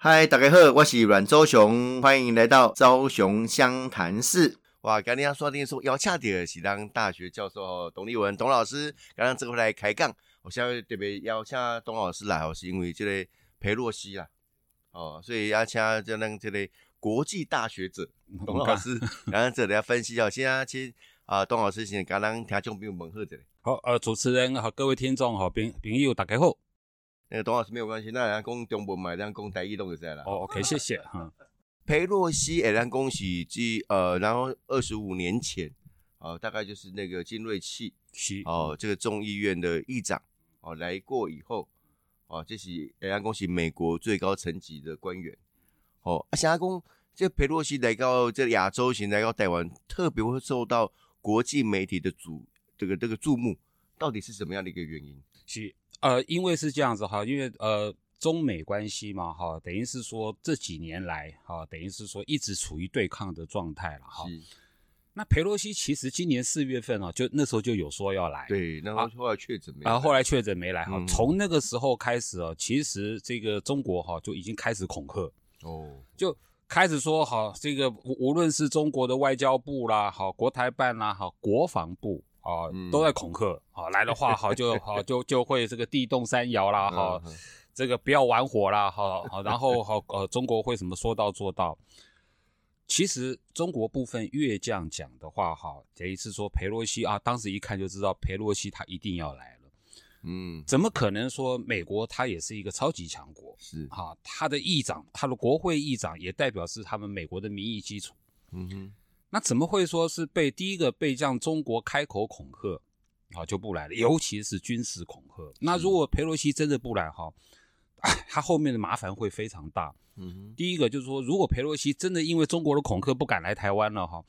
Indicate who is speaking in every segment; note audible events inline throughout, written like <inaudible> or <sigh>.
Speaker 1: 嗨，大家好，我是阮周雄，欢迎来到周雄湘潭市。
Speaker 2: 哇，今天要说的是要恰的是当大学教授董立文董老师，刚刚这回来开讲，我现在特别邀请董老师来哦，是因为这个裴洛西啦，哦，所以要请就让这个国际大学者董老师，
Speaker 1: <laughs>
Speaker 2: 然后这里来分析哦，现在先啊，董老师先刚刚听众朋友问候一下。
Speaker 3: 好，呃，主持人和各位听众和朋朋友大家好。哦
Speaker 2: 那个董老师没有关系，那人家讲中文嘛，人家讲台语都可以啦。
Speaker 3: 哦，OK，谢谢哈。
Speaker 2: 裴洛西，哎，咱恭喜即呃，然后二十五年前，呃，大概就是那个金瑞气
Speaker 3: 是，
Speaker 2: 哦、这个众议院的议长哦、来过以后，哦、这是哎，咱恭喜美国最高层级的官员。哦，啊，霞公这裴洛西来到这亚洲行来到台湾，特别会受到国际媒体的瞩这个这个注目，到底是什么样的一个原因？
Speaker 3: 是，呃，因为是这样子哈，因为呃，中美关系嘛哈，等于是说这几年来哈，等于是说一直处于对抗的状态了哈。
Speaker 2: 是，
Speaker 3: 那裴洛西其实今年四月份啊，就那时候就有说要来，，
Speaker 2: 对，然后后来确诊没有来？
Speaker 3: 然后后来确诊没来哈
Speaker 2: 嗯。
Speaker 3: 从那个时候开始啊，其实这个中国哈就已经开始恐吓，
Speaker 2: 哦，
Speaker 3: 就开始说好，这个无无论是中国的外交部啦，好国台办啦，好国防部啊，
Speaker 2: 嗯
Speaker 3: 都在恐吓啊，来的话好就好就就会这个地动山摇啦，好
Speaker 2: 嗯嗯
Speaker 3: 这个不要玩火啦，好好，然后好 <laughs> 呃中国会什么说到做到。其实中国部分越这样讲的话，哈，等于是说裴洛西啊，当时一看就知道裴洛西他一定要来了，
Speaker 2: 嗯，
Speaker 3: 怎么可能说美国它也是一个超级强国？
Speaker 2: 是，
Speaker 3: 啊，他的议长，他的国会议长也代表是他们美国的民意基础。
Speaker 2: 嗯哼，
Speaker 3: 那怎么会说是被第一个被这样中国开口恐吓，啊就不来了？尤其是军事恐吓。那如果佩洛西真的不来哈，哎他后面的麻烦会非常大。
Speaker 2: 嗯哼。
Speaker 3: 第一个就是说，如果佩洛西真的因为中国的恐吓不敢来台湾了哈，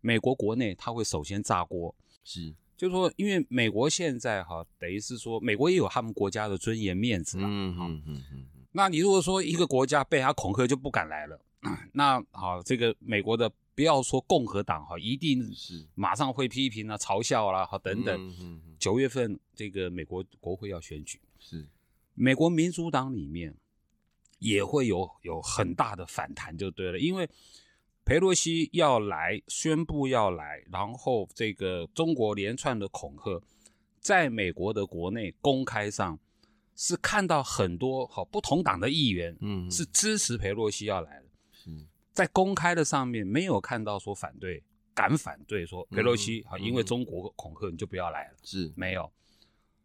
Speaker 3: 美国国内他会首先炸锅。
Speaker 2: 是，
Speaker 3: 就是说，因为美国现在哈，等于是说，美国也有他们国家的尊严面子啦，
Speaker 2: 嗯嗯嗯嗯嗯，
Speaker 3: 那你如果说一个国家被他恐吓就不敢来了，啊那好，这个美国的不要说共和党哈，一定
Speaker 2: 是
Speaker 3: 马上会批评啊、嘲笑啦、好等等。
Speaker 2: 嗯嗯嗯
Speaker 3: 九、月份这个美国国会要选举，
Speaker 2: 是，
Speaker 3: 美国民主党里面也会有有很大的反弹，就对了，因为。佩洛西要来，宣布要来，然后这个中国连串的恐吓，在美国的国内公开上是看到很多好不同党的议员，
Speaker 2: 嗯
Speaker 3: 是支持裴洛西要来的，
Speaker 2: 是，
Speaker 3: 在公开的上面没有看到说反对，敢反对说
Speaker 2: 嗯
Speaker 3: 裴洛西啊，
Speaker 2: 嗯
Speaker 3: 因为中国恐吓你就不要来了，
Speaker 2: 是
Speaker 3: 没有。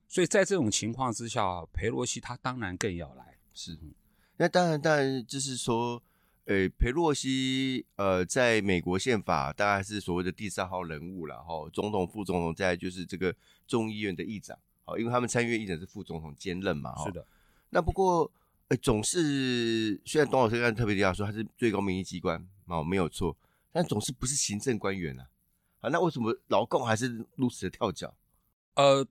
Speaker 3: 所以在这种情况之下，啊裴洛西他当然更要来。
Speaker 2: 是。嗯那当然，当然就是说，呃，裴洛西，呃，在美国宪法大概是所谓的第三号人物了哈，总统、副总统，再来就是这个众议院的议长，好，因为他们参议院议长是副总统兼任嘛，哈
Speaker 3: 是。的，
Speaker 2: 那不过，呃，总是虽然董老师刚才特别提到说他是最高民意机关哦，没有错，但总是不是行政官员啊。啊，那为什么劳共还是如此的跳脚？
Speaker 3: 呃，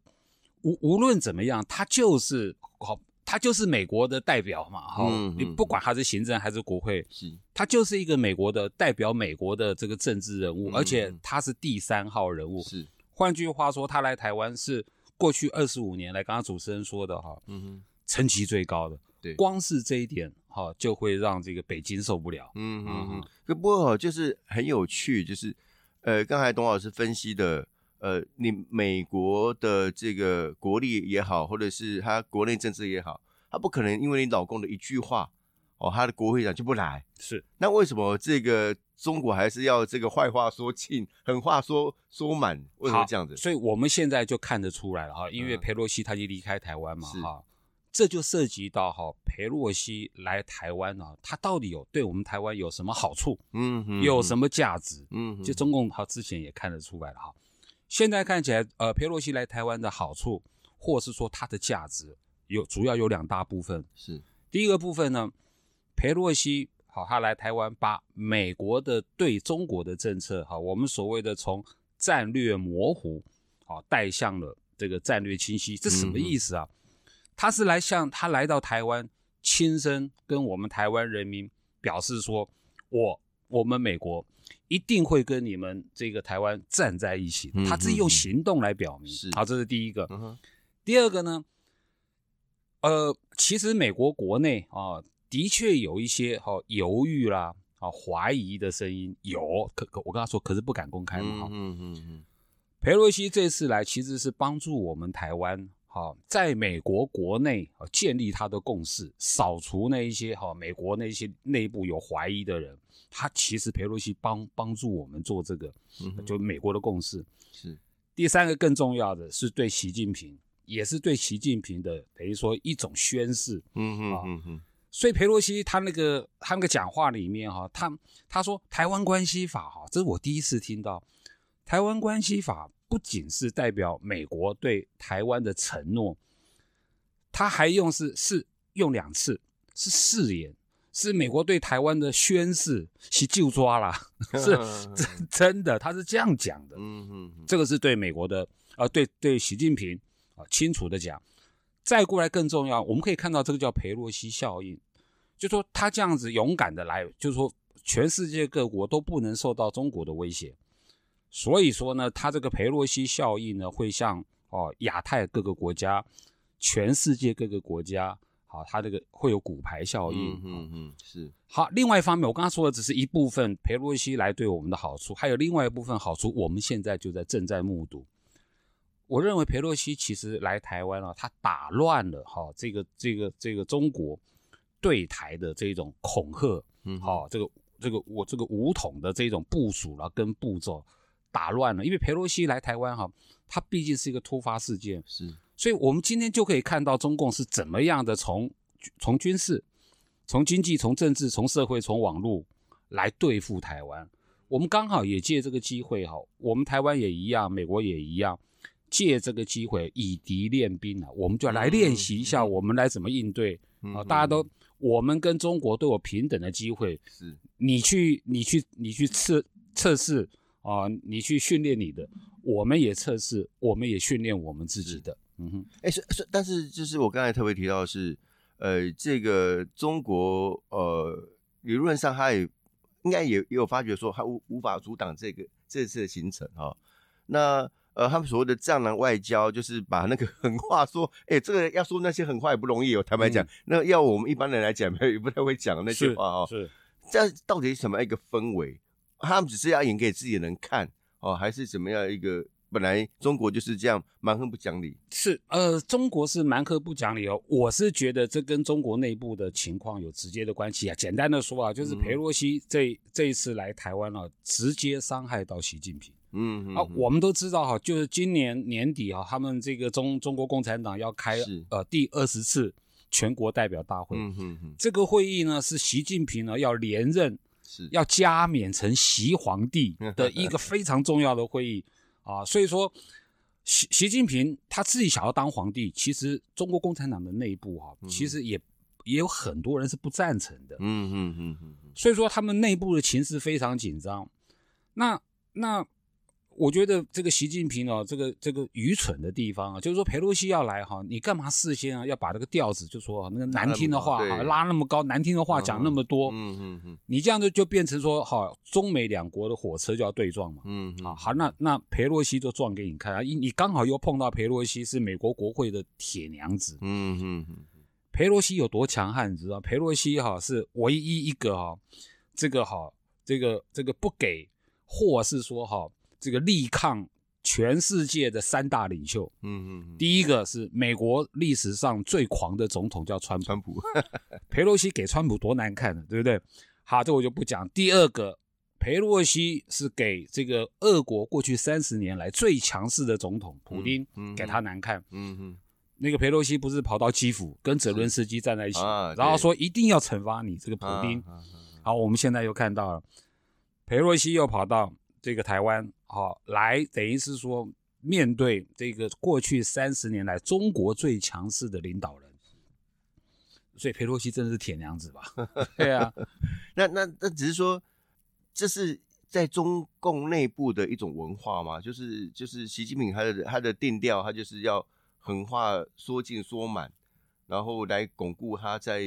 Speaker 3: 无无论怎么样，他就是好，他就是美国的代表嘛，哈、
Speaker 2: 嗯
Speaker 3: 你
Speaker 2: 嗯
Speaker 3: 不管他是行政还是国会，
Speaker 2: 是
Speaker 3: 他就是一个美国的代表，美国的这个政治人物，
Speaker 2: 嗯
Speaker 3: 而且他是第三号人物，
Speaker 2: 是，
Speaker 3: 换句话说，他来台湾是过去二十五年来，刚刚主持人说的哈，
Speaker 2: 嗯哼，
Speaker 3: 层级最高的。
Speaker 2: 对
Speaker 3: 光是这一点哈，就会让这个北京受不了。
Speaker 2: 嗯
Speaker 3: 嗯
Speaker 2: 嗯嗯。可不过哦就是很有趣，就是呃，刚才董老师分析的，呃，你美国的这个国力也好，或者是他国内政治也好，他不可能因为你老公的一句话，哦，他的国会长就不来。
Speaker 3: 是
Speaker 2: 那为什么这个中国还是要这个坏话说尽，狠话说说满？为什么这样子？
Speaker 3: 所以我们现在就看得出来了哈，因为
Speaker 2: 嗯
Speaker 3: 佩洛西他就离开台湾嘛
Speaker 2: 是
Speaker 3: 哈，这就涉及到哈佩洛西来台湾啊，他到底有对我们台湾有什么好处，
Speaker 2: 嗯哼
Speaker 3: 有什么价值？
Speaker 2: 嗯哼
Speaker 3: 就中共他之前也看得出来了哈。现在看起来，呃，佩洛西来台湾的好处，或是说它的价值，有主要有两大部分。
Speaker 2: 是
Speaker 3: 第一个部分呢，佩洛西好，他来台湾，把美国的对中国的政策，好，我们所谓的从战略模糊，好带向了这个战略清晰，这什
Speaker 2: 嗯
Speaker 3: 么意思啊？他是来向他来到台湾，亲身跟我们台湾人民表示说，我我们美国一定会跟你们这个台湾站在一起
Speaker 2: 嗯。
Speaker 3: 他是用行动来表明。
Speaker 2: 是
Speaker 3: 好，这是第一个。
Speaker 2: 嗯哼
Speaker 3: 第二个呢，呃，其实美国国内啊、的确有一些哈、哦、犹豫啦、啊怀疑的声音有，可可我跟他说，可是不敢公开嘛哈。
Speaker 2: 嗯嗯嗯
Speaker 3: 裴洛西这次来其实是帮助我们台湾。好，在美国国内啊建立他的共识，扫除那一些哈美国那一些内部有怀疑的人，他其实裴洛西帮帮助我们做这个，
Speaker 2: 嗯哼，
Speaker 3: 就美国的共识。
Speaker 2: 是
Speaker 3: 第三个更重要的是对习近平，也是对习近平的等于说一种宣誓。
Speaker 2: 嗯哼
Speaker 3: 啊
Speaker 2: 嗯哼，
Speaker 3: 所以裴洛西他那个他那个讲话里面哈、他他说台湾关系法哈、这是我第一次听到。台湾关系法不仅是代表美国对台湾的承诺，他还用是是用两次，是誓言，是美国对台湾的宣誓，是就抓啦， <laughs> <laughs>
Speaker 2: <laughs>
Speaker 3: 是真真的，他是这样讲的。
Speaker 2: 嗯哼嗯
Speaker 3: 这个是对美国的，呃，对对习近平啊、清楚的讲。再过来更重要，我们可以看到这个叫佩洛西效应，就说他这样子勇敢的来，就是说全世界各国都不能受到中国的威胁。所以说呢，他这个佩洛西效应呢，会向哦亚太各个国家、全世界各个国家，好、它这个会有骨牌效应。
Speaker 2: 嗯嗯嗯，是
Speaker 3: 好，另外一方面，我刚刚说的只是一部分，佩洛西来对我们的好处，还有另外一部分好处，我们现在就在正在目睹。我认为佩洛西其实来台湾啊，他打乱了哈、这个这个这个中国对台的这种恐吓，
Speaker 2: 嗯哼
Speaker 3: 好、这个这个我这个武统的这种部署了、跟步骤打乱了，因为佩洛西来台湾哈、它毕竟是一个突发事件，
Speaker 2: 是
Speaker 3: 所以我们今天就可以看到中共是怎么样的从从军事、从经济、从政治、从社会、从网络来对付台湾。我们刚好也借这个机会哈，我们台湾也一样，美国也一样，借这个机会以敌练兵啊，我们就来练习一下，我们来怎么应对
Speaker 2: 嗯
Speaker 3: 啊！大家都，我们跟中国都有平等的机会，
Speaker 2: 是
Speaker 3: 你去你去你去测测试啊、你去训练你的，我们也测试，我们也训练我们自己的，嗯哼。
Speaker 2: 哎、是是，但是就是我刚才特别提到的是，呃，这个中国呃，理论上他也应该也也有发觉说，他无无法阻挡这个这次的行程哈、哦。那呃，他们所谓的战狼外交，就是把那个狠话说，哎、这个要说那些狠话也不容易哦。坦白
Speaker 3: 嗯
Speaker 2: 讲，那要我们一般人来讲， <laughs> 也不太会讲那些
Speaker 3: 是
Speaker 2: 话哦。
Speaker 3: 是
Speaker 2: 这到底是什么一个氛围？他们只是要演给自己的人看哦，还是怎么样一个？本来中国就是这样蛮横不讲理，
Speaker 3: 是，呃，中国是蛮横不讲理哦。我是觉得这跟中国内部的情况有直接的关系啊。简单的说啊，就是
Speaker 2: 嗯
Speaker 3: 裴洛西这这一次来台湾啊，直接伤害到习近平
Speaker 2: 嗯哼
Speaker 3: 啊。
Speaker 2: 哼
Speaker 3: 我们都知道哈、就是今年年底啊，他们这个中中国共产党要开
Speaker 2: 是
Speaker 3: 呃第二十次全国代表大会。
Speaker 2: 嗯哼哼，
Speaker 3: 这个会议呢，是习近平呢要连任
Speaker 2: 是
Speaker 3: 要加冕成习皇帝
Speaker 2: 嗯
Speaker 3: 的一个非常重要的会议啊。所以说，习习近平他自己想要当皇帝，其实中国共产党的内部哈、
Speaker 2: 嗯
Speaker 3: 其实也也有很多人是不赞成的。
Speaker 2: 嗯哼哼哼哼，
Speaker 3: 所以说，他们内部的情势非常紧张。那那，我觉得这个习近平哦，这个这个愚蠢的地方啊，就是说佩洛西要来哈、你干嘛事先啊要把这个调子就说那个难听的话
Speaker 2: 拉那么高
Speaker 3: 啊
Speaker 2: 对
Speaker 3: 拉那么高，难听的话讲那么多，
Speaker 2: 嗯哼哼
Speaker 3: 你这样就就变成说，好，中美两国的火车就要对撞嘛。
Speaker 2: 嗯哼
Speaker 3: 啊，好，那那裴洛西就撞给你看啊，你你刚好又碰到裴洛西是美国国会的铁娘子，
Speaker 2: 嗯哼哼，
Speaker 3: 裴洛西有多强悍，你知道？裴洛西哈、是唯一一个哈、这个哈、这个这个不给，或是说哈、这个力抗全世界的三大领袖，
Speaker 2: 嗯哼哼，
Speaker 3: 第一个是美国历史上最狂的总统叫川普，
Speaker 2: 川普，
Speaker 3: 裴洛西给川普多难看的，对不对？好，这我就不讲。第二个，裴洛西是给这个俄国过去三十年来最强势的总统普京，
Speaker 2: 嗯嗯
Speaker 3: 给他难看。
Speaker 2: 嗯
Speaker 3: 那个裴洛西不是跑到基辅跟泽伦斯基站在一起，
Speaker 2: 啊
Speaker 3: 然后
Speaker 2: 对
Speaker 3: 说一定要惩罚你这个普
Speaker 2: 哼，
Speaker 3: 京。
Speaker 2: 啊，
Speaker 3: 好，我们现在又看到了，裴洛西又跑到这个台湾，好、来，等于是说面对这个过去三十年来中国最强势的领导人，所以裴洛西真的是铁娘子
Speaker 2: <laughs>
Speaker 3: 吧？对啊，
Speaker 2: 那那那只是说，这是在中共内部的一种文化嘛，就是就是习近平他的他的定调，他就是要狠话说尽说满，然后来巩固他在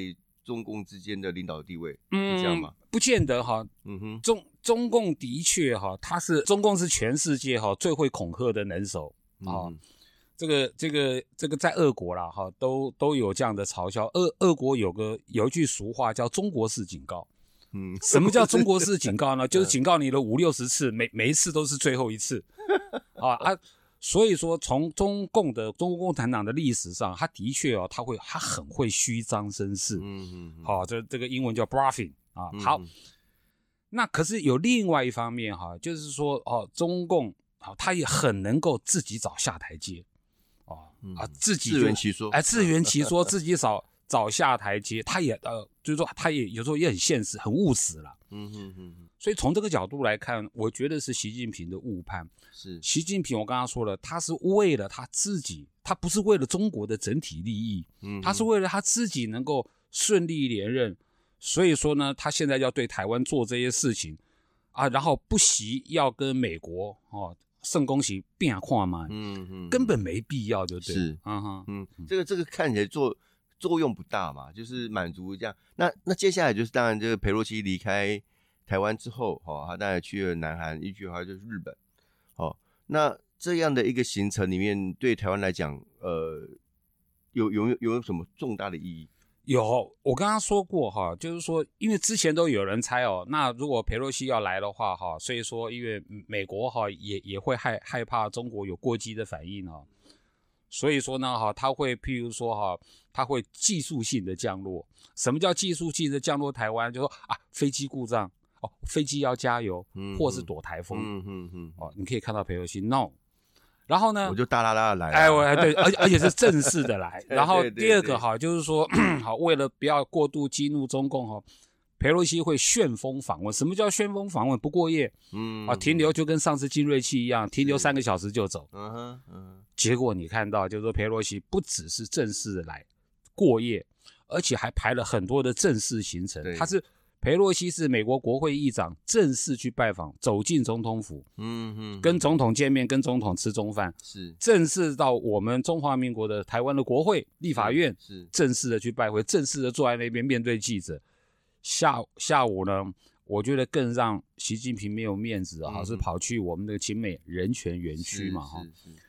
Speaker 2: 中共之间的领导地位，
Speaker 3: 嗯，
Speaker 2: 是这样吗？
Speaker 3: 不见得哈，
Speaker 2: 嗯哼，
Speaker 3: 中中共的确哈，它是中共是全世界哈最会恐吓的能手。
Speaker 2: 嗯哼，
Speaker 3: 这个这个这个在俄国啦哈，都都有这样的嘲笑。俄俄国有个有一句俗话叫“中国式警告”，
Speaker 2: 嗯，
Speaker 3: 什
Speaker 2: <laughs>
Speaker 3: 么叫中国式警告呢？就是警告你了五六十次，每每一次都是最后
Speaker 2: <laughs>
Speaker 3: 一次啊啊！所以说，从中共的中国共产党的历史上，他的确哦，他会他很会虚张声势，
Speaker 2: 嗯嗯，
Speaker 3: 好、这这个英文叫 bluffing 啊。
Speaker 2: 嗯，
Speaker 3: 好
Speaker 2: 嗯，，
Speaker 3: 那可是有另外一方面哈、就是说哦，中共啊，他也很能够自己找下台阶啊、
Speaker 2: 嗯
Speaker 3: 啊，自己
Speaker 2: 自
Speaker 3: 就
Speaker 2: 圆其说
Speaker 3: 哎，自圆其
Speaker 2: <laughs>
Speaker 3: 说，自己找找下台阶，他也呃，就是说他也有时候也很现实，很务实了。
Speaker 2: 嗯嗯嗯，
Speaker 3: 所以从这个角度来看，我觉得是习近平的误判。
Speaker 2: 是，
Speaker 3: 习近平，我刚刚说了，他是为了他自己，他不是为了中国的整体利益，
Speaker 2: 嗯
Speaker 3: 他是为了他自己能够顺利连任。所以说呢，他现在要对台湾做这些事情啊，然后不惜要跟美国哦，圣公席变跨嘛，
Speaker 2: 嗯嗯，
Speaker 3: 根本没必要，就对了。
Speaker 2: 是
Speaker 3: 嗯哼，
Speaker 2: 嗯，这个这个看起来作作用不大嘛，就是满足这样。那那接下来就是当然，这个裴洛西离开台湾之后，哦，他当然去了南韩，一句话就是日本，哦，那这样的一个行程里面，对台湾来讲，呃，有有有有什么重大的意
Speaker 3: 嗯
Speaker 2: 义？
Speaker 3: 有，我刚刚说过哈，就是说，因为之前都有人猜哦，那如果佩洛西要来的话哈，所以说，因为美国哈也也会害害怕中国有过激的反应哦，所以说呢哈，他会譬如说哈，他会技术性的降落。什么叫技术性的降落台湾？就说啊，飞机故障哦，飞机要加油
Speaker 2: 嗯，
Speaker 3: 或是躲台风
Speaker 2: 嗯嗯嗯，
Speaker 3: 哦，你可以看到佩洛西 no，然后呢
Speaker 2: 我，就大啦啦地来了，
Speaker 3: 哎，我还对，而且而且是正式的来。
Speaker 2: <laughs> 对
Speaker 3: 然后
Speaker 2: 对对
Speaker 3: 第二个哈，就是说，好，为了不要过度激怒中共哈，佩洛西会旋风访问。什么叫旋风访问？不过夜
Speaker 2: 嗯
Speaker 3: 啊，停，留就跟上次金瑞气一样，停留三个小时就走。
Speaker 2: 嗯哼嗯
Speaker 3: 结果你看到，就是说佩洛西不只是正式的来过夜，而且还排了很多的正式行程
Speaker 2: 对。
Speaker 3: 他是佩洛西是美国国会议长正式去拜访，走进总统府，
Speaker 2: 嗯嗯，
Speaker 3: 跟总统见面，跟总统吃中饭。
Speaker 2: 是
Speaker 3: 正式到我们中华民国的台湾的国会、立法院，
Speaker 2: 是
Speaker 3: 正式的去拜会，正式的坐在那边面对记者。下下午呢，我觉得更让习近平没有面子啊，
Speaker 2: 嗯
Speaker 3: 是跑去我们的景美人权园区嘛哈，，
Speaker 2: 是是是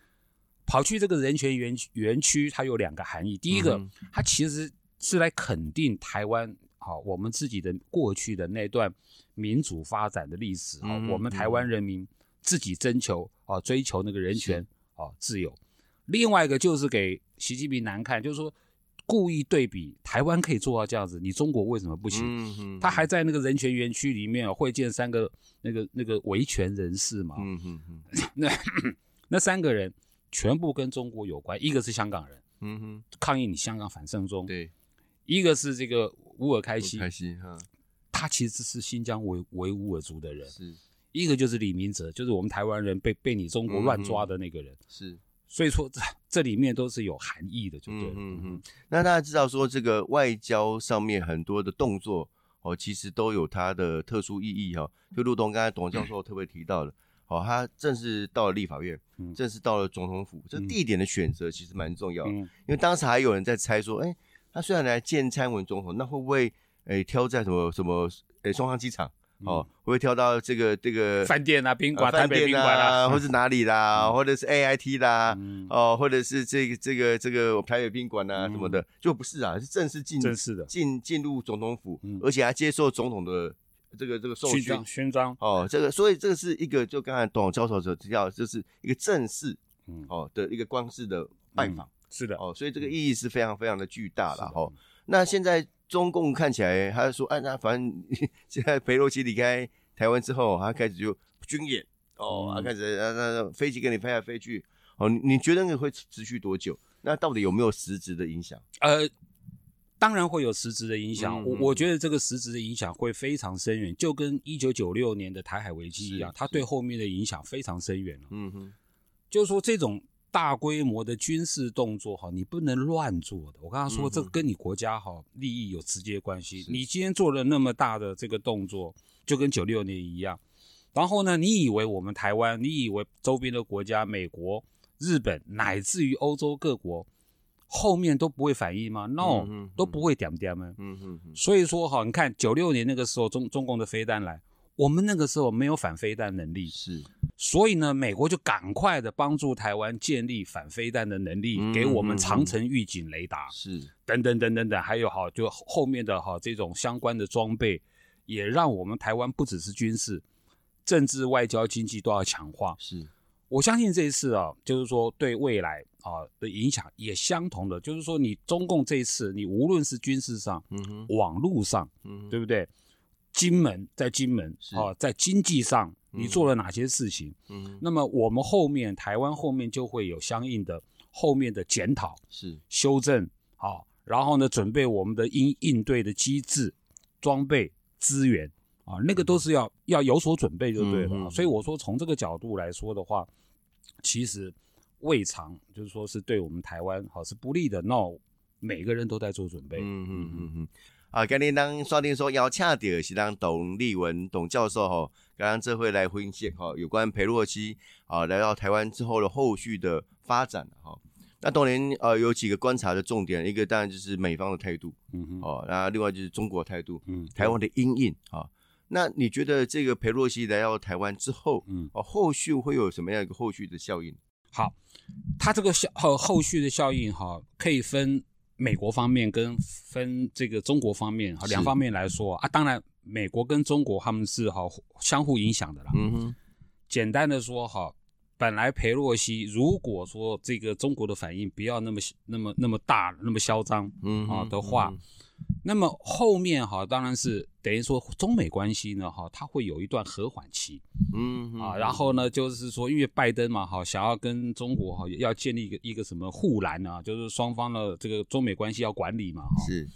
Speaker 3: 跑去这个人权园区园区，它有两个含义。第一个
Speaker 2: 嗯，
Speaker 3: 它其实是来肯定台湾。好，我们自己的过去的那段民主发展的历史啊，
Speaker 2: 嗯
Speaker 3: 我们台湾人民自己征求啊，追求那个人权啊自由。另外一个就是给习近平难看，就是说故意对比台湾可以做到这样子，你中国为什么不行？
Speaker 2: 嗯嗯，
Speaker 3: 他还在那个人权园区里面啊会见三个那个那个维权人士嘛，
Speaker 2: 嗯嗯嗯
Speaker 3: 那那三个人全部跟中国有关，一个是香港人
Speaker 2: 嗯哼。
Speaker 3: 抗议你香港反送中，
Speaker 2: 对，
Speaker 3: 一个是这个乌尔开
Speaker 2: 开
Speaker 3: 西，
Speaker 2: 开心哈，
Speaker 3: 他其实是新疆维维吾尔族的人，
Speaker 2: 是
Speaker 3: 一个就是李明哲，就是我们台湾人被被你中国乱抓的那个人，
Speaker 2: 是，
Speaker 3: 所以说这这里面都是有含义的，就对了。
Speaker 2: 嗯嗯。那大家知道说，这个外交上面很多的动作哦，其实都有它的特殊意义哦。就陆东刚才董教授特别提到的，哦，他正式到了立法院，
Speaker 3: 嗯
Speaker 2: 正式到了总统府，这地点的选择其实蛮重要的，因
Speaker 3: 嗯
Speaker 2: 为当时还有人在猜说，哎，他虽然来见蔡英文总统，那会不会哎挑在什么什么哎松山机场哦，会不会挑到这个这个
Speaker 3: 嗯饭店啊，宾
Speaker 2: 呃
Speaker 3: 馆，台
Speaker 2: 饭
Speaker 3: 北
Speaker 2: 店
Speaker 3: 宾馆
Speaker 2: 啊，
Speaker 3: 啊，
Speaker 2: 或是哪里啦，或者是 AIT 啦，
Speaker 3: 嗯，
Speaker 2: 哦，或者是这个这个这个台北宾馆啊
Speaker 3: 嗯
Speaker 2: 什么的，就不是啊，是正式进
Speaker 3: 正式的
Speaker 2: 进进入总统府，
Speaker 3: 嗯
Speaker 2: 而且还接受总统的这个这个授
Speaker 3: 勋
Speaker 2: 勋。
Speaker 3: 章勋章，嗯
Speaker 2: 哦，这个所以这个是一个就刚才董教授所提到，就是一个正式
Speaker 3: 嗯，
Speaker 2: 哦的一个光式的拜访、
Speaker 3: 是的，
Speaker 2: 哦，所以这个意义是非常非常的巨大
Speaker 3: 是
Speaker 2: 了
Speaker 3: 的
Speaker 2: 哦。那现在中共看起来，他说，哎、那反正现在裴洛西离开台湾之后，他开始就军演哦，
Speaker 3: 嗯
Speaker 2: 他开始那那那飞机跟你飞来飞去哦，你你觉得那个会持续多久？那到底有没有实质的影响？
Speaker 3: 呃，当然会有实质的影响。
Speaker 2: 嗯嗯
Speaker 3: 我我觉得这个实质的影响会非常深远，就跟一九九六年的台海危机一样
Speaker 2: 是，
Speaker 3: 它对后面的影响非常深远哦了。
Speaker 2: 嗯哼，
Speaker 3: 就是说，这种大规模的军事动作哈，你不能乱做的。我刚刚
Speaker 2: 嗯
Speaker 3: 说，
Speaker 2: 嗯
Speaker 3: 这跟你国家哈利益有直接关系
Speaker 2: 是。
Speaker 3: 你今天做了那么大的这个动作，就跟九六年一样。然后呢，你以为我们台湾，你以为周边的国家，美国、日本，乃至于欧洲各国，后面都不会反应吗？No，、
Speaker 2: 嗯嗯
Speaker 3: 都不会点点吗？
Speaker 2: 嗯哼哼，
Speaker 3: 所以说哈，你看九六年那个时候中中共的飞弹来，我们那个时候没有反飞弹能力，
Speaker 2: 是
Speaker 3: 所以呢，美国就赶快的帮助台湾建立反飞弹的能力，
Speaker 2: 嗯
Speaker 3: 给我
Speaker 2: 嗯
Speaker 3: 们长
Speaker 2: 嗯
Speaker 3: 城预警雷达
Speaker 2: 是
Speaker 3: 等等等等等，还有哈，就后面的哈这种相关的装备，也让我们台湾不只是军事、政治、外交、经济都要强化。
Speaker 2: 是，
Speaker 3: 我相信这一次啊，就是说对未来啊的影响也相同的，就是说你中共这一次，你无论是军事上、
Speaker 2: 嗯哼，
Speaker 3: 网络上，
Speaker 2: 嗯哼，
Speaker 3: 对不对？金门在金门
Speaker 2: 是
Speaker 3: 啊，在经济上你
Speaker 2: 嗯
Speaker 3: 做了哪些事情？
Speaker 2: 嗯哼，
Speaker 3: 那么我们后面台湾后面就会有相应的后面的检讨、
Speaker 2: 是
Speaker 3: 修正，好、然后呢，准备我们的应应对的机制、装备、资源啊，那个都是要要有所准备就对了啊、
Speaker 2: 嗯嗯嗯
Speaker 3: 所以我说，从这个角度来说的话，其实未尝就是说是对我们台湾好是不利的。那每个人都在做准备，
Speaker 2: 嗯嗯嗯嗯。啊，今日咱锁定所邀请到的是咱董立文董教授吼，刚刚这会来分析吼有关裴洛西啊来到台湾之后的后续的发展哈。那当然呃有几个观察的重点，一个当然就是美方的态度
Speaker 3: 嗯哼，
Speaker 2: 哦，那另外就是中国的态度，
Speaker 3: 嗯，
Speaker 2: 台湾的阴影啊。那你觉得这个裴洛西来到台湾之后，
Speaker 3: 嗯
Speaker 2: 哦，后续会有什么样一个后续的效应？
Speaker 3: 好，它这个效后后续的效应哈，可以分美国方面跟分这个中国方面哈
Speaker 2: 是
Speaker 3: 两方面来说啊。当然，美国跟中国他们是哈相互影响的啦。
Speaker 2: 嗯哼，
Speaker 3: 简单的说哈，本来裴洛西如果说这个中国的反应不要那么那么那么大那么嚣张
Speaker 2: 嗯
Speaker 3: 啊
Speaker 2: 哼
Speaker 3: 的话，
Speaker 2: 嗯哼
Speaker 3: 那么后面哈当然是等于说中美关系呢哈，它会有一段和缓期。
Speaker 2: 嗯哼
Speaker 3: 啊，然后呢，就是说，因为拜登嘛，哈，想要跟中国哈要建立一个一个什么护栏啊，就是双方的这个中美关系要管理嘛，哈，
Speaker 2: 是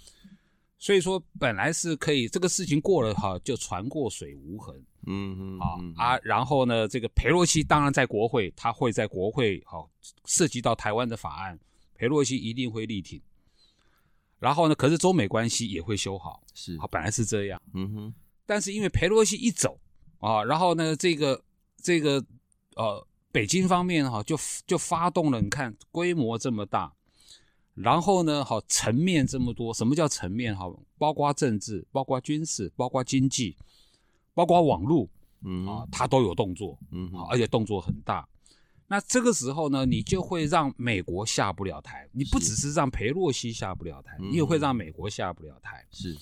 Speaker 3: 所以说本来是可以这个事情过了哈，就船过水无痕
Speaker 2: 嗯哼
Speaker 3: 啊、
Speaker 2: 嗯哼
Speaker 3: 啊，然后呢，这个裴洛西当然在国会，他会在国会哈、涉及到台湾的法案，裴洛西一定会力挺，然后呢，可是中美关系也会修好，
Speaker 2: 是
Speaker 3: 好，本来是这样。
Speaker 2: 嗯哼，
Speaker 3: 但是因为裴洛西一走啊，然后呢，这个这个呃，北京方面哈、就就发动了，你看规模这么大，然后呢，好、层面这么多，什么叫层面哈、包括政治，包括军事，包括经济，包括网络
Speaker 2: 嗯
Speaker 3: 啊
Speaker 2: 哼，，
Speaker 3: 它都有动作
Speaker 2: 嗯
Speaker 3: 啊
Speaker 2: 哼，，
Speaker 3: 而且动作很大。那这个时候呢，你就会让美国下不了台，你不
Speaker 2: 是
Speaker 3: 只是让裴洛西下不了台，你也会让美国下不了台。
Speaker 2: 是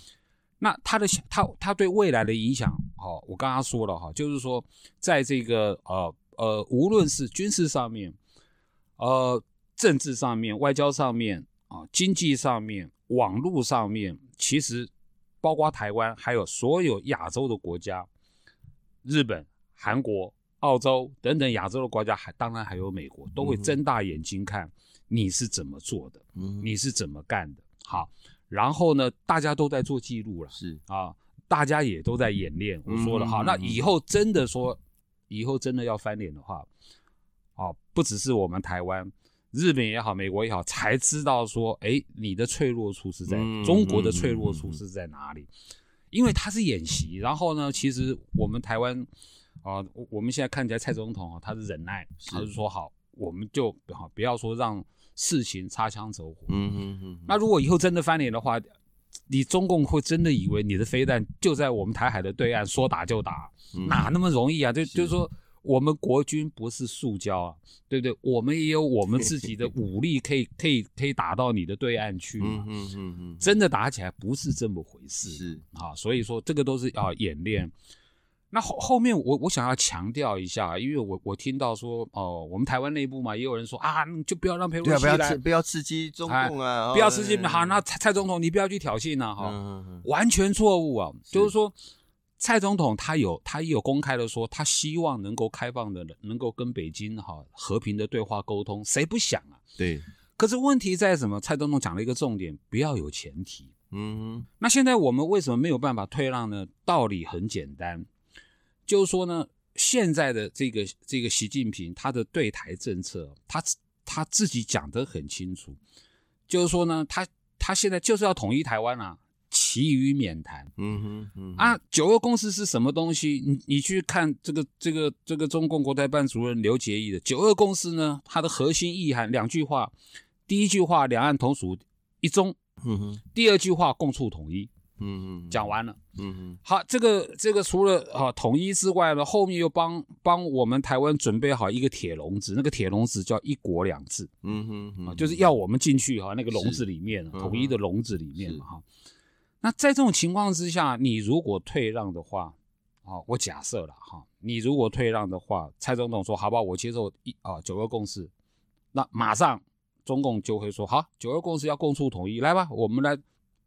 Speaker 3: 那它的它它对未来的影响，哦，我刚刚说了哈，就是说，在这个呃呃，无论是军事上面，呃，政治上面、外交上面啊、经济上面、网络上面，其实包括台湾，还有所有亚洲的国家，日本、韩国、澳洲等等亚洲的国家，还当然还有美国，都会
Speaker 2: 嗯哼
Speaker 3: 睁大眼睛看你是怎么做的，
Speaker 2: 嗯哼
Speaker 3: 你是怎么干的。好，然后呢，大家都在做记录了。
Speaker 2: 是
Speaker 3: 啊，大家也都在演练。我说了
Speaker 2: 嗯
Speaker 3: 哈，
Speaker 2: 嗯
Speaker 3: 那
Speaker 2: 嗯
Speaker 3: 以后真的说，以后真的要翻脸的话，啊，不只是我们台湾、日本也好，美国也好，才知道说，哎，你的脆弱处是在、
Speaker 2: 嗯
Speaker 3: 中国
Speaker 2: 嗯
Speaker 3: 的脆弱
Speaker 2: 嗯
Speaker 3: 处
Speaker 2: 嗯
Speaker 3: 是在哪里？因为它是演习，然后呢，其实我们台湾啊、我我们现在看起来蔡总统啊，他是忍耐，他
Speaker 2: 是
Speaker 3: 是说好，我们就好不要说让事情擦枪走火，
Speaker 2: 嗯哼嗯哼，
Speaker 3: 那如果以后真的翻脸的话，你中共会真的以为你的飞弹就在我们台海的对岸，说打就打，
Speaker 2: 嗯
Speaker 3: 哪那么容易啊？就是就是说，我们国军不是塑胶啊，对不对？我们也有我们自己的武力，可以 <laughs> 可以可以打到你的对岸去
Speaker 2: 嗯
Speaker 3: 嘛。
Speaker 2: 哼嗯哼，
Speaker 3: 真的打起来不是这么回事
Speaker 2: 是
Speaker 3: 啊，所以说这个都是啊演练。那后后面我我想要强调一下，啊因为我我听到说哦、我们台湾内部嘛，也有人说啊，你就不要让佩洛
Speaker 2: 对啊，
Speaker 3: 西
Speaker 2: 不要
Speaker 3: 来哎
Speaker 2: 刺，不要刺激中共啊，
Speaker 3: 不要吃惊
Speaker 2: 哦
Speaker 3: 好，那蔡蔡总统你不要去挑衅了、哈、
Speaker 2: 嗯哼
Speaker 3: 完全错误啊！
Speaker 2: 是
Speaker 3: 就是说，蔡总统他有他也有公开的说，他希望能够开放的能够跟北京哈、和平的对话沟通，谁不想啊？
Speaker 2: 对，
Speaker 3: 可是问题在什么？蔡总统讲了一个重点，不要有前提。
Speaker 2: 嗯
Speaker 3: 那现在我们为什么没有办法退让呢？道理很简单，就是说呢，现在的这个这个习近平他的对台政策，哦他他自己讲得很清楚，就是说呢，他他现在就是要统一台湾啊，其余免谈。
Speaker 2: 哼嗯哼嗯哼，
Speaker 3: 啊，九二共识是什么东西？你你去看这个这个这个中共国台办主任刘捷义的九二共识呢，它的核心意涵两句话，第一句话两岸同属一中，
Speaker 2: 嗯哼
Speaker 3: 第二句话共处统一。
Speaker 2: 嗯嗯，
Speaker 3: 讲，完了。
Speaker 2: 嗯
Speaker 3: 好，这个这个除了啊统一之外呢，后面又帮帮我们台湾准备好一个铁笼子，那个铁笼子叫一国两制
Speaker 2: 嗯嗯嗯
Speaker 3: 啊，
Speaker 2: 嗯，
Speaker 3: 就是要我们进去哈、那个笼
Speaker 2: 是
Speaker 3: 子里面，啊
Speaker 2: 嗯
Speaker 3: 统一的笼子里面
Speaker 2: 是
Speaker 3: 嘛哈、那在这种情况之下，你如果退让的话，啊，我假设了哈、你如果退让的话，蔡总统说好吧，我接受一啊九二共识，那马上中共就会说好，九二共识要共促统一，来吧，我们来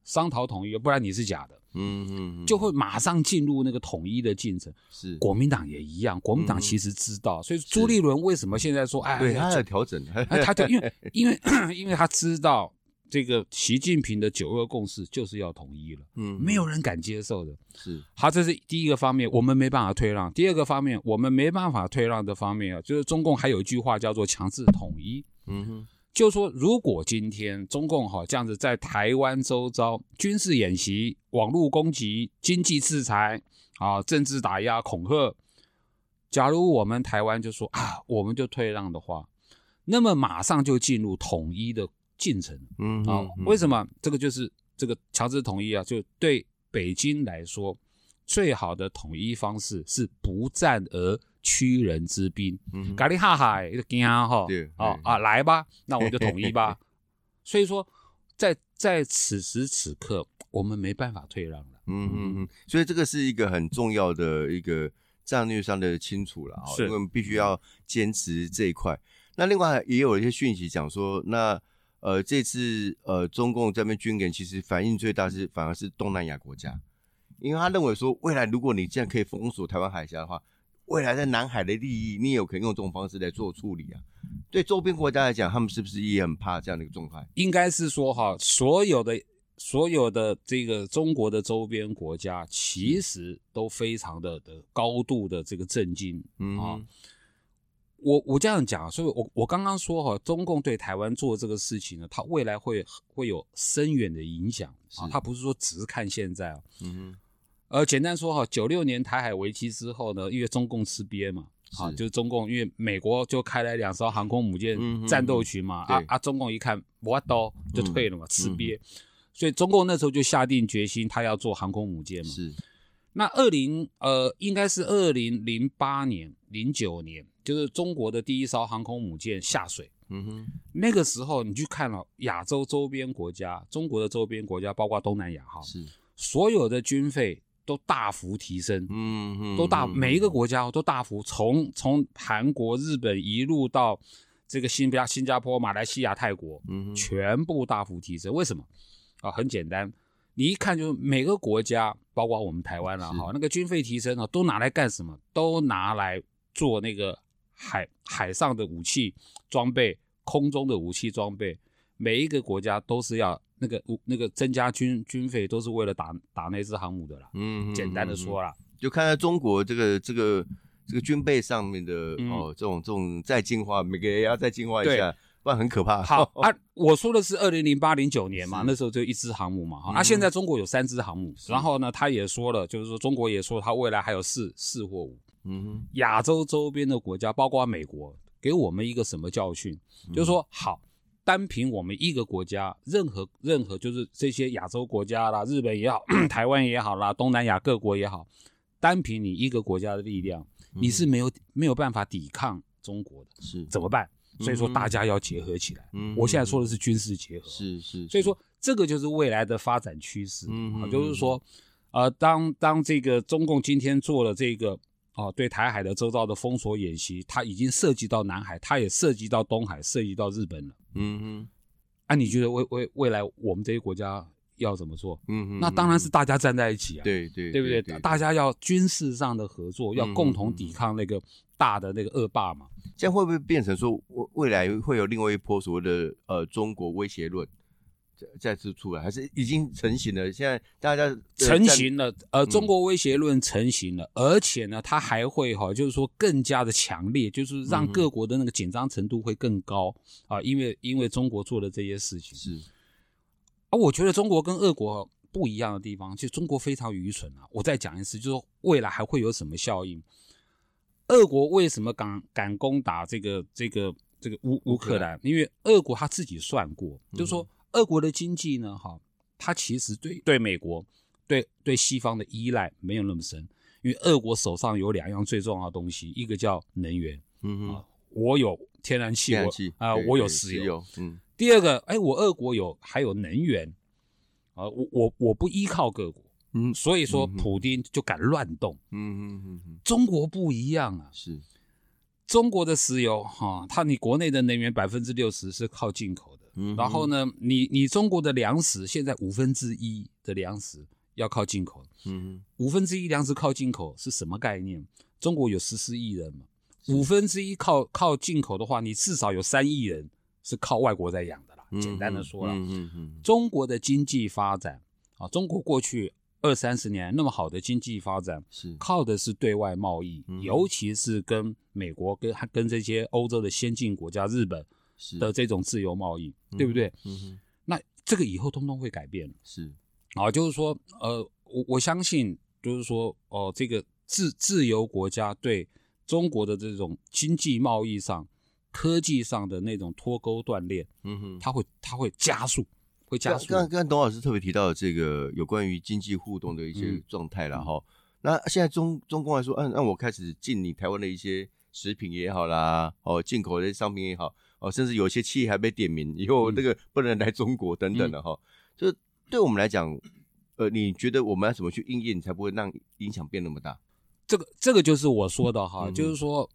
Speaker 3: 商讨统一，不然你是假的。
Speaker 2: 嗯嗯嗯，
Speaker 3: 就会马上进入那个统一的进程。
Speaker 2: 是，
Speaker 3: 国民党也一样，国民党其实知道，所以朱立伦为什么现在说，哎，
Speaker 2: 嗯对，
Speaker 3: 哎
Speaker 2: 他有调整，
Speaker 3: 哎他对，因为因为因为他知道这个习近平的九二共识就是要统一了，
Speaker 2: <laughs> 嗯
Speaker 3: 没有人敢接受的。
Speaker 2: 是，
Speaker 3: 好，这是第一个方面，我们没办法退让。第二个方面，我们没办法退让的方面啊，就是中共还有一句话叫做强制统一。
Speaker 2: 嗯哼，
Speaker 3: 就说如果今天中共哈这样子在台湾周遭军事演习、网络攻击、经济制裁啊、政治打压、恐吓，假如我们台湾就说啊，我们就退让的话，那么马上就进入统一的进程
Speaker 2: 嗯
Speaker 3: 啊。为什么？这个就是这个强制统一啊，就对北京来说，最好的统一方式是不战而屈人之兵。
Speaker 2: 么
Speaker 3: 咖喱哈哈，就惊哈
Speaker 2: 对，
Speaker 3: 哦
Speaker 2: 对
Speaker 3: 啊，来吧，那我们就统
Speaker 2: <laughs>
Speaker 3: 一吧。所以说，在在此时此刻，我们没办法退让了。
Speaker 2: 嗯嗯嗯，所以这个是一个很重要的一个战略上的清楚了啊，
Speaker 3: 是
Speaker 2: 因为我们必须要坚持这一块。那另外也有一些讯息讲说，那呃这次呃中共这边军演其实反应最大是反而是东南亚国家，因为他认为说未来如果你既然可以封锁台湾海峡的话，未来在南海的利益你也有可能用这种方式来做处理啊。对周边国家来讲，他们是不是也很怕这样的一个状态？
Speaker 3: 应该是说哈，所有的所有的这个中国的周边国家，其
Speaker 2: 嗯
Speaker 3: 实都非常的的高度的这个震惊
Speaker 2: 嗯
Speaker 3: 啊。我我这样讲，啊所以我我刚刚说哈，中共对台湾做这个事情呢，它未来会会有深远的影响啊
Speaker 2: 是，
Speaker 3: 它不是说只看现在啊，
Speaker 2: 嗯
Speaker 3: 呃，简单说哈，九六年台海危机之后呢，因为中共吃瘪嘛，啊，
Speaker 2: 是
Speaker 3: 就是中共因为美国就开来两艘航空母舰
Speaker 2: 嗯嗯
Speaker 3: 战斗群嘛，
Speaker 2: 嗯
Speaker 3: 啊
Speaker 2: 对
Speaker 3: 啊，中共一看我刀就退了嘛，吃
Speaker 2: 嗯
Speaker 3: 瘪，所以中共那时候就下定决心，他要做航空母舰
Speaker 2: 哼，
Speaker 3: 嘛。
Speaker 2: 是，
Speaker 3: 那二零呃，应该是二零零八年、零九年，就是中国的第一艘航空母舰下水。
Speaker 2: 嗯哼，
Speaker 3: 那个时候，你去看了、亚洲周边国家，中国的周边国家，包括东南亚哈，
Speaker 2: 是，
Speaker 3: 所有的军费都大幅提升，
Speaker 2: 嗯哼，
Speaker 3: 都大
Speaker 2: 嗯哼
Speaker 3: 每一个国家哦都大幅从从韩国、日本一路到这个新加新加坡、马来西亚、泰国，
Speaker 2: 嗯哼
Speaker 3: 全部大幅提升。为什么？啊，很简单，你一看就是每个国家，包括我们台湾了
Speaker 2: 是
Speaker 3: 哈，那个军费提升啊，都拿来干什么？都拿来做那个海海上的武器装备、空中的武器装备，每一个国家都是要那个那个增加军军费，都是为了打打那支航母的啦。
Speaker 2: 嗯，
Speaker 3: 简单的说
Speaker 2: 啊，
Speaker 3: 啦，
Speaker 2: 就看在中国这个这个这个军备上面的、
Speaker 3: 嗯
Speaker 2: 哦，这种这种再进化，每个也要再进化一下，不然很可怕。
Speaker 3: <laughs> 好啊，我说的是二零零八零九年嘛
Speaker 2: 是，
Speaker 3: 那时候就一支航母嘛，哈、啊，
Speaker 2: 嗯
Speaker 3: 现在中国有三支航母，然后呢，他也说了，就是说中国也说他未来还有四四或五，
Speaker 2: <laughs> 嗯
Speaker 3: 亚洲周边的国家，包括美国，给我们一个什么教训？就是说，好，单凭我们一个国家，任何任何就是这些亚洲国家啦，日本也 <clears throat> 好，台湾也好啦，东南亚各国也好，单凭你一个国家的力量，你是没有没有办法抵抗中国的，
Speaker 2: 哼嗯是
Speaker 3: 嗯怎么办？所以说，
Speaker 2: 嗯
Speaker 3: 大家要结合起来。
Speaker 2: 嗯
Speaker 3: 我现在说的是军事结合，，
Speaker 2: 是是，
Speaker 3: 所以说这个就是未来的发展趋势，
Speaker 2: 嗯
Speaker 3: 啊
Speaker 2: 嗯
Speaker 3: 就是说，呃，当当这个中共今天做了这个哦、对台海的周遭的封锁演习，它已经涉及到南海，它也涉及到东海，涉及到日本了。
Speaker 2: 嗯哼
Speaker 3: 啊，你觉得未未未来我们这些国家要怎么做？
Speaker 2: 嗯哼，
Speaker 3: 那当然是大家站在一起啊，
Speaker 2: 对对
Speaker 3: 对不对？大家要军事上的合作，要
Speaker 2: 嗯
Speaker 3: 共
Speaker 2: 嗯
Speaker 3: 同
Speaker 2: 嗯
Speaker 3: 抵抗那个大的那个恶霸嘛。
Speaker 2: 这样会不会变成说未未来会有另外一波所谓的呃中国威胁论？再再次出来，还是已经成型了？现在大家呃
Speaker 3: 成
Speaker 2: 站
Speaker 3: 型了，呃，
Speaker 2: 嗯
Speaker 3: 中国威胁论成型了，而且呢，它还会哈、就是说更加的强烈，就是让
Speaker 2: 嗯哼
Speaker 3: 各国的那个紧张程度会更高啊，因为因为中国做的这些事情
Speaker 2: 是
Speaker 3: 啊，我觉得中国跟俄国不一样的地方，就中国非常愚蠢啊。我再讲一次，就是说未来还会有什么效应？俄国为什么敢敢攻打这个这个这个乌乌克兰？因为俄国他自己算过，就是说俄国的经济呢，哈，它其实对对美国、对对西方的依赖没有那么深，因为俄国手上有两样最重要的东西，一个叫能源，
Speaker 2: 嗯哼，
Speaker 3: 我有天然气，
Speaker 2: 天
Speaker 3: 我
Speaker 2: 然气
Speaker 3: 啊、
Speaker 2: 对
Speaker 3: 我有
Speaker 2: 对
Speaker 3: 石
Speaker 2: 石
Speaker 3: 油。
Speaker 2: 油，嗯，
Speaker 3: 第二个，哎，我俄国有还有能源，啊、我我我不依靠各国，
Speaker 2: 嗯
Speaker 3: 所以说
Speaker 2: 嗯哼
Speaker 3: 普丁就敢乱动。
Speaker 2: 嗯嗯嗯嗯，
Speaker 3: 中国不一样啊，
Speaker 2: 是，
Speaker 3: 中国的石油哈、它你国内的能源百分之六十是靠进口的，
Speaker 2: 嗯哼
Speaker 3: 然后呢，你你中国的粮食现在五分之一的粮食要靠进口，
Speaker 2: 嗯
Speaker 3: 五分之一粮食靠进口是什么概念？中国有十四亿人嘛，
Speaker 2: 是
Speaker 3: 五分之一靠靠进口的话，你至少有三亿人是靠外国在养的啦。
Speaker 2: 哼，
Speaker 3: 简单的说啦，
Speaker 2: 嗯嗯嗯
Speaker 3: 中国的经济发展啊，中国过去二三十年那么好的经济发展，
Speaker 2: 是，
Speaker 3: 靠的是对外贸易，
Speaker 2: 嗯
Speaker 3: 尤其是跟美国、跟跟这些欧洲的先进国家、日本
Speaker 2: 是
Speaker 3: 的这种自由贸易，对不对？？
Speaker 2: 嗯哼，
Speaker 3: 那这个以后通通会改变
Speaker 2: 是，
Speaker 3: 啊，就是说，呃，我我相信，就是说，哦、这个自自由国家对中国的这种经济贸易上、科技上的那种脱钩断裂，
Speaker 2: 嗯哼。
Speaker 3: 它会它会加速，会加
Speaker 2: 刚
Speaker 3: 速。
Speaker 2: 刚刚董老师特别提到这个有关于经济互动的一些
Speaker 3: 嗯
Speaker 2: 状态了哈。那现在中中共来说，嗯、那我开始进你台湾的一些食品也好啦，哦，进口的商品也好，哦，甚至有些企业还被点名，以后
Speaker 3: 嗯
Speaker 2: 那个不能来中国等等的哈。就对我们来讲，呃，你觉得我们要怎么去应验，才不会让影响变那么大？
Speaker 3: 这个这个就是我说的
Speaker 2: 嗯
Speaker 3: 哈，
Speaker 2: 哼
Speaker 3: 就是说，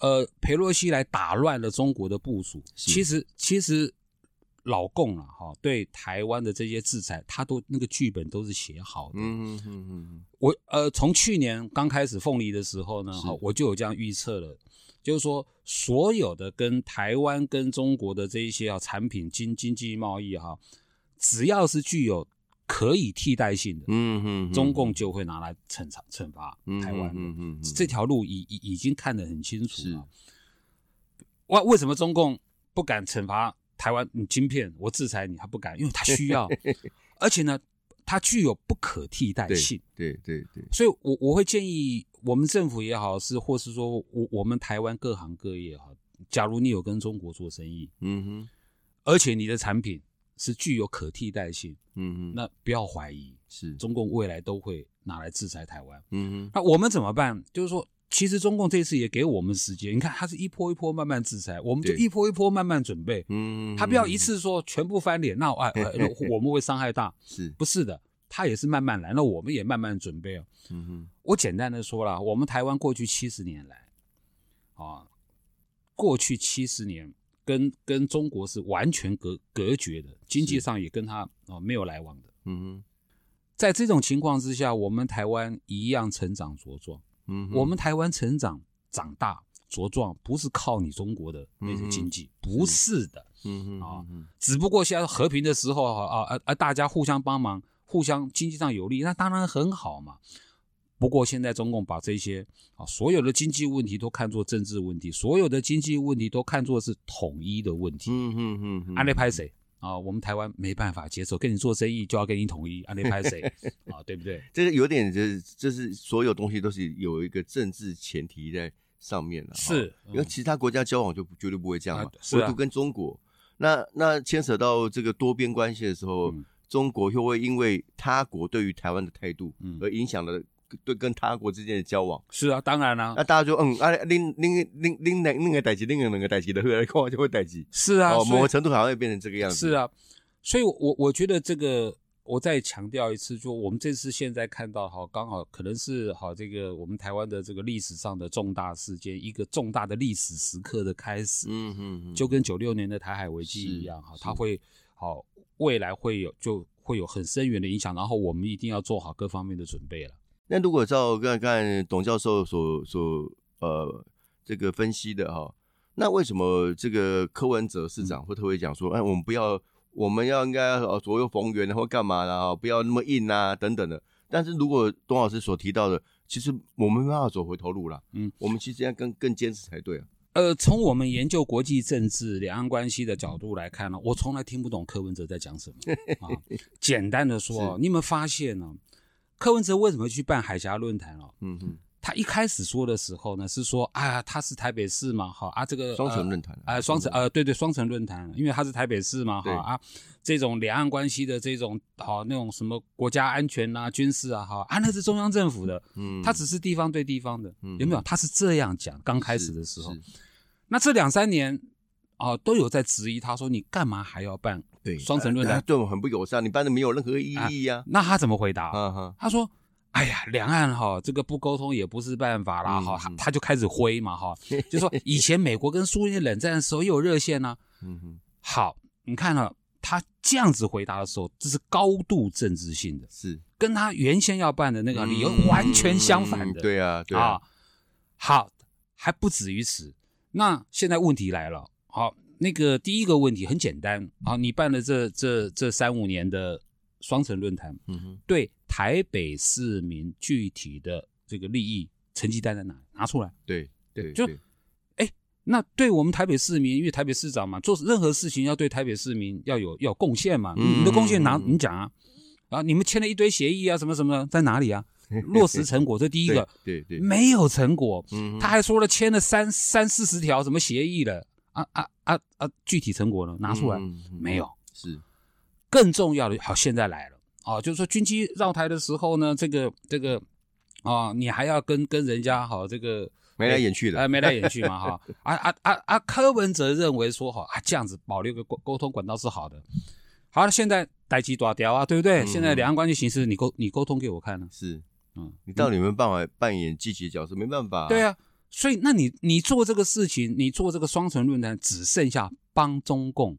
Speaker 3: 呃，佩洛西来打乱了中国的部署。
Speaker 2: 是
Speaker 3: 其实其实老共了、哈，对台湾的这些制裁，他都那个剧本都是写好的。
Speaker 2: 嗯嗯嗯
Speaker 3: 我呃，从去年刚开始凤梨的时候呢，
Speaker 2: 是
Speaker 3: 哈，我就有这样预测了，就是说所有的跟台湾跟中国的这一些啊产品经经济贸易哈、只要是具有可以替代性的，
Speaker 2: 嗯嗯
Speaker 3: 中共就会拿来惩罚惩罚台湾的。
Speaker 2: 嗯
Speaker 3: 这条路已已已经看得很清楚
Speaker 2: 是
Speaker 3: 了。为为什么中共不敢惩罚台湾？你晶片，我制裁你，他不敢，因为他需
Speaker 2: <laughs>
Speaker 3: 要，而且呢，它具有不可替代
Speaker 2: 对
Speaker 3: 性。
Speaker 2: 对对对，
Speaker 3: 所以我，我会建议我们政府也好，是或是说我我们台湾各行各业也好，假如你有跟中国做生意，
Speaker 2: 嗯哼
Speaker 3: 而且你的产品是具有可替代性，
Speaker 2: 嗯哼，
Speaker 3: 那不要怀疑，
Speaker 2: 是
Speaker 3: 中共未来都会拿来制裁台湾。
Speaker 2: 嗯哼
Speaker 3: 那我们怎么办？就是说，其实中共这次也给我们时间，你看，他是一波一波慢慢制裁，我们就
Speaker 2: 对
Speaker 3: 一波一波慢慢准备，
Speaker 2: 嗯，
Speaker 3: 他不要一次说全部翻脸，那哎、呃
Speaker 2: <laughs>
Speaker 3: 我们会伤害大，
Speaker 2: 是
Speaker 3: 不是的，他也是慢慢来，那我们也慢慢准备哦。
Speaker 2: 嗯哼
Speaker 3: 我简单的说了，我们台湾过去七十年来，啊，过去七十年跟跟中国是完全隔隔绝的，经济
Speaker 2: 是
Speaker 3: 上也跟他啊没有来往的。
Speaker 2: 嗯哼。
Speaker 3: 在这种情况之下，我们台湾一样成长茁壮。
Speaker 2: 嗯哼，
Speaker 3: 我们台湾成长、长大、茁壮，不是靠你中国的那些经
Speaker 2: 嗯
Speaker 3: 济，不是的。
Speaker 2: 嗯哼
Speaker 3: 啊
Speaker 2: 嗯哼
Speaker 3: 只不过现在和平的时候啊啊啊，大家互相帮忙，互相经济上有利，那当然很好嘛。不过现在中共把这些啊所有的经济问题都看作政治问题，所有的经济问题都看作是统一的问题。
Speaker 2: 嗯哼嗯哼，
Speaker 3: 安内拍谁啊？我们台湾没办法接受，跟你做生意就要跟你统一，安内拍
Speaker 2: <laughs>
Speaker 3: 谁啊？对不对？
Speaker 2: 这个有点就是就是所有东西都是有一个政治前提在上面了，哈
Speaker 3: 是嗯
Speaker 2: 因为其他国家交往就不绝对不会这样嘛
Speaker 3: 啊，是啊
Speaker 2: 唯独跟中国，那那牵扯到这个多边关系的时候
Speaker 3: 嗯，
Speaker 2: 中国又会因为他国对于台湾的态度
Speaker 3: 嗯
Speaker 2: 而影响了对跟他国之间的交往，
Speaker 3: 是啊，当然啦、
Speaker 2: 那大家就嗯啊，另另另另两另个代际，另个两个代际的， <laughs> 后来看完就会代际，
Speaker 3: 是啊，
Speaker 2: 哦，
Speaker 3: 所以
Speaker 2: 某个程度好像会变成这个样子，
Speaker 3: 是，啊，所以我，我觉得这个，我再强调一次，就我们这次现在看到哈，刚好可能是好这个我们台湾的这个历史上的重大事件，一个重大的历史时刻的开始，
Speaker 2: 嗯哼哼，
Speaker 3: 就跟九六年的台海危机
Speaker 2: 是
Speaker 3: 一样哈，它
Speaker 2: 是
Speaker 3: 会好未来会有就会有很深远的影响，然后我们一定要做好各方面的准备了。
Speaker 2: 那如果照刚刚董教授所所呃这个分析的哈、那为什么这个柯文哲市
Speaker 3: 嗯
Speaker 2: 长会特别讲说，哎，我们不要，我们要应该呃左右逢源，然后干嘛啦，不要那么硬啊，等等的。但是如果董老师所提到的，其实我们没办法走回头路啦，
Speaker 3: 嗯，
Speaker 2: 我们其实要更更坚持才对啊。
Speaker 3: 呃，从我们研究国际政治、两岸关系的角度来看呢、我从来听不懂柯文哲在讲什
Speaker 2: <laughs>
Speaker 3: 么啊。简单的说、哦，你有没有发现呢、柯文哲为什么去办海峡论坛哦？
Speaker 2: 嗯哼，
Speaker 3: 他一开始说的时候呢，是说啊，他是台北市嘛，好啊，这个
Speaker 2: 双城
Speaker 3: 呃
Speaker 2: 论坛啊
Speaker 3: 啊，双城呃，对对，双城论坛，因为他是台北市嘛，哈
Speaker 2: 对
Speaker 3: 啊，这种两岸关系的这种好那种什么国家安全啊、军事啊，哈啊，那是中央政府的，
Speaker 2: 嗯
Speaker 3: 他只是地方对地方的，
Speaker 2: 嗯
Speaker 3: 有没有？他是这样讲，刚开始的时候
Speaker 2: 是，是
Speaker 3: 那这两三年啊、都有在质疑他说你干嘛还要办？
Speaker 2: 对
Speaker 3: 双城论坛
Speaker 2: 啊对我们很不友善，你办的没有任何意义呀。
Speaker 3: 那他怎么回答？
Speaker 2: 啊哈，
Speaker 3: 他说。哎呀，两岸哈，这个不沟通也不是办法啦
Speaker 2: 嗯
Speaker 3: 哈、
Speaker 2: 嗯
Speaker 3: 他他就开始挥嘛哈，就说以前美国跟苏联冷战的时候也有热线呐、
Speaker 2: 嗯哼，
Speaker 3: 好，你看了、他这样子回答的时候，这是高度政治性的，
Speaker 2: 是
Speaker 3: 跟他原先要办的那个理由完全相反的。
Speaker 2: 嗯对啊，对
Speaker 3: 啊，，好，还不止于此。那现在问题来了，好，那个第一个问题很简单啊，你办了这这这三五年的双城论坛，
Speaker 2: 嗯哼，
Speaker 3: 对台北市民具体的这个利益成绩单在哪？拿出来。
Speaker 2: 对对，
Speaker 3: 就
Speaker 2: 对
Speaker 3: 那对我们台北市民，因为台北市长嘛，做任何事情要对台北市民要有要有贡献嘛，
Speaker 2: 嗯
Speaker 3: 你的贡献拿
Speaker 2: 嗯嗯
Speaker 3: 你讲啊，啊，你们签了一堆协议啊，什么什么的，在
Speaker 2: <laughs>
Speaker 3: 哪里啊？落实成果，这第一个
Speaker 2: 对对，对
Speaker 3: 没有成果，
Speaker 2: 嗯哼
Speaker 3: 他还说了签了三三四十条什么协议了啊啊啊啊，具体成果呢拿出来、
Speaker 2: 嗯嗯嗯
Speaker 3: 没有？
Speaker 2: 是
Speaker 3: 更重要的，好，现在来了啊，就是说军机绕台的时候呢，这个这个啊，你还要跟跟人家好这个
Speaker 2: 眉来眼去的
Speaker 3: 哎，眉来眼去嘛哈啊啊啊啊！柯文哲认为说哈啊，这样子保留个沟沟通管道是好的。好了，现在逮鸡抓雕啊，对不对？
Speaker 2: 嗯
Speaker 3: 现在两岸关系形势，你沟你沟通给我看呢、
Speaker 2: 是，
Speaker 3: 嗯，
Speaker 2: 你到底有没有办法扮演积极的角色？没办法，
Speaker 3: 对，啊，所以那你你做这个事情，你做这个双城论坛，只剩下帮中共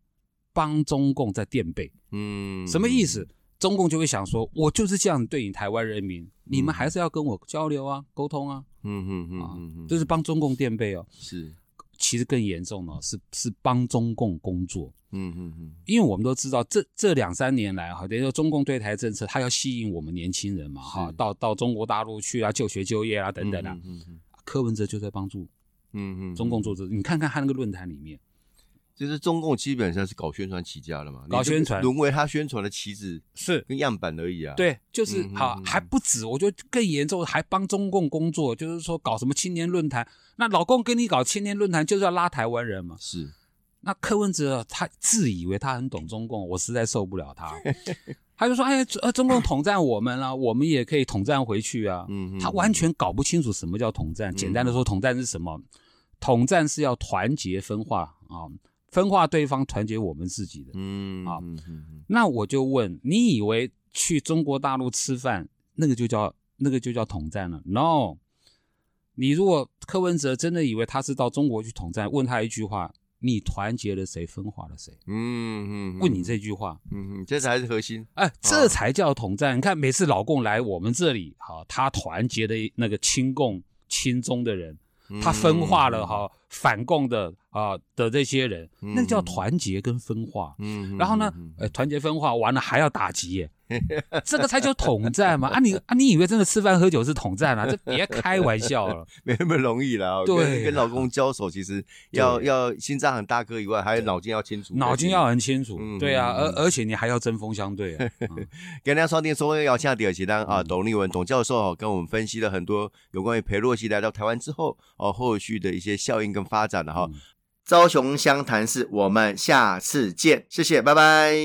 Speaker 3: 帮中共在垫背，
Speaker 2: 嗯，
Speaker 3: 什么意思？中共就会想说，我就是这样对你台湾人民，你们还是要跟我交流啊、沟通啊，
Speaker 2: 嗯？嗯嗯
Speaker 3: 啊
Speaker 2: 嗯嗯，
Speaker 3: 这
Speaker 2: 嗯，
Speaker 3: 是帮中共垫背哦。
Speaker 2: 是，
Speaker 3: 其实更严重呢，是是帮中共工作，
Speaker 2: 嗯嗯嗯，
Speaker 3: 因为我们都知道这这两三年来哈，等于说中共对台政策，它要吸引我们年轻人嘛哈
Speaker 2: 是，
Speaker 3: 到到中国大陆去啊，就学就业啊等等啊。
Speaker 2: 嗯嗯嗯
Speaker 3: 柯文哲就在帮助
Speaker 2: 嗯嗯，
Speaker 3: 中共做这，你看看他那个论坛里面，
Speaker 2: 就是中共基本上是搞宣传起家了嘛，
Speaker 3: 搞
Speaker 2: 你就
Speaker 3: 宣传
Speaker 2: 沦为他宣传的旗子
Speaker 3: 是
Speaker 2: 跟样板而已啊。，
Speaker 3: 对，就是
Speaker 2: 嗯嗯
Speaker 3: 好、
Speaker 2: 嗯
Speaker 3: 还不止，我觉得更严重，还帮中共工作，就是说搞什么青年论坛。那老共跟你搞青年论坛，就是要拉台湾人嘛。
Speaker 2: 是，
Speaker 3: 那柯文哲他自以为他很懂中共，我实在受不了他。
Speaker 2: <laughs>
Speaker 3: 他就说：“哎，呃，中共统战我们了、我们也可以统战回去啊。
Speaker 2: 嗯嗯
Speaker 3: 他完全搞不清楚什么叫统战。简单的说，统战是什么？统战是要团结分化啊，分化对方，团结我们自己的。
Speaker 2: 嗯
Speaker 3: 啊
Speaker 2: 嗯嗯嗯
Speaker 3: 那我就问，你以为去中国大陆吃饭那个就叫那个就叫统战了？No，你如果柯文哲真的以为他是到中国去统战，问他一句话：你团结了谁，分化了谁？
Speaker 2: 嗯嗯，
Speaker 3: 问你这句话，
Speaker 2: 嗯，嗯，这才是核心。
Speaker 3: 哎，这才叫统战。你看每次老共来我们这里，好，他团结的那个亲共亲中的人，他分化
Speaker 2: 嗯
Speaker 3: 了哈反共的啊、的这些人，那个叫团结跟分化。
Speaker 2: 嗯，嗯，
Speaker 3: 然后呢
Speaker 2: 嗯，嗯
Speaker 3: 呃，团结分化完了还要打击
Speaker 2: <laughs>
Speaker 3: 耶，这个才叫统战嘛！啊你，啊，你以为真的吃饭喝酒是统
Speaker 2: <laughs>
Speaker 3: 战啊？这别开玩笑了。
Speaker 2: 没那么容易啦。
Speaker 3: 对啊
Speaker 2: 跟跟老公交手，其实要
Speaker 3: 对
Speaker 2: 要心脏很大颗以外，还有脑筋要清楚。
Speaker 3: 脑筋要很清楚
Speaker 2: 嗯，
Speaker 3: 对啊，
Speaker 2: 嗯
Speaker 3: 而而且你还要针锋相对
Speaker 2: <laughs>
Speaker 3: 啊。嗯
Speaker 2: 跟大家双电说要下第二期单啊，董立文董教授哦跟我们分析了很多有关于裴洛西来到台湾之后哦后续的一些效应跟发
Speaker 3: 嗯
Speaker 2: 展的哈。
Speaker 1: 朝雄湘潭市，我们下次见，谢谢，拜拜。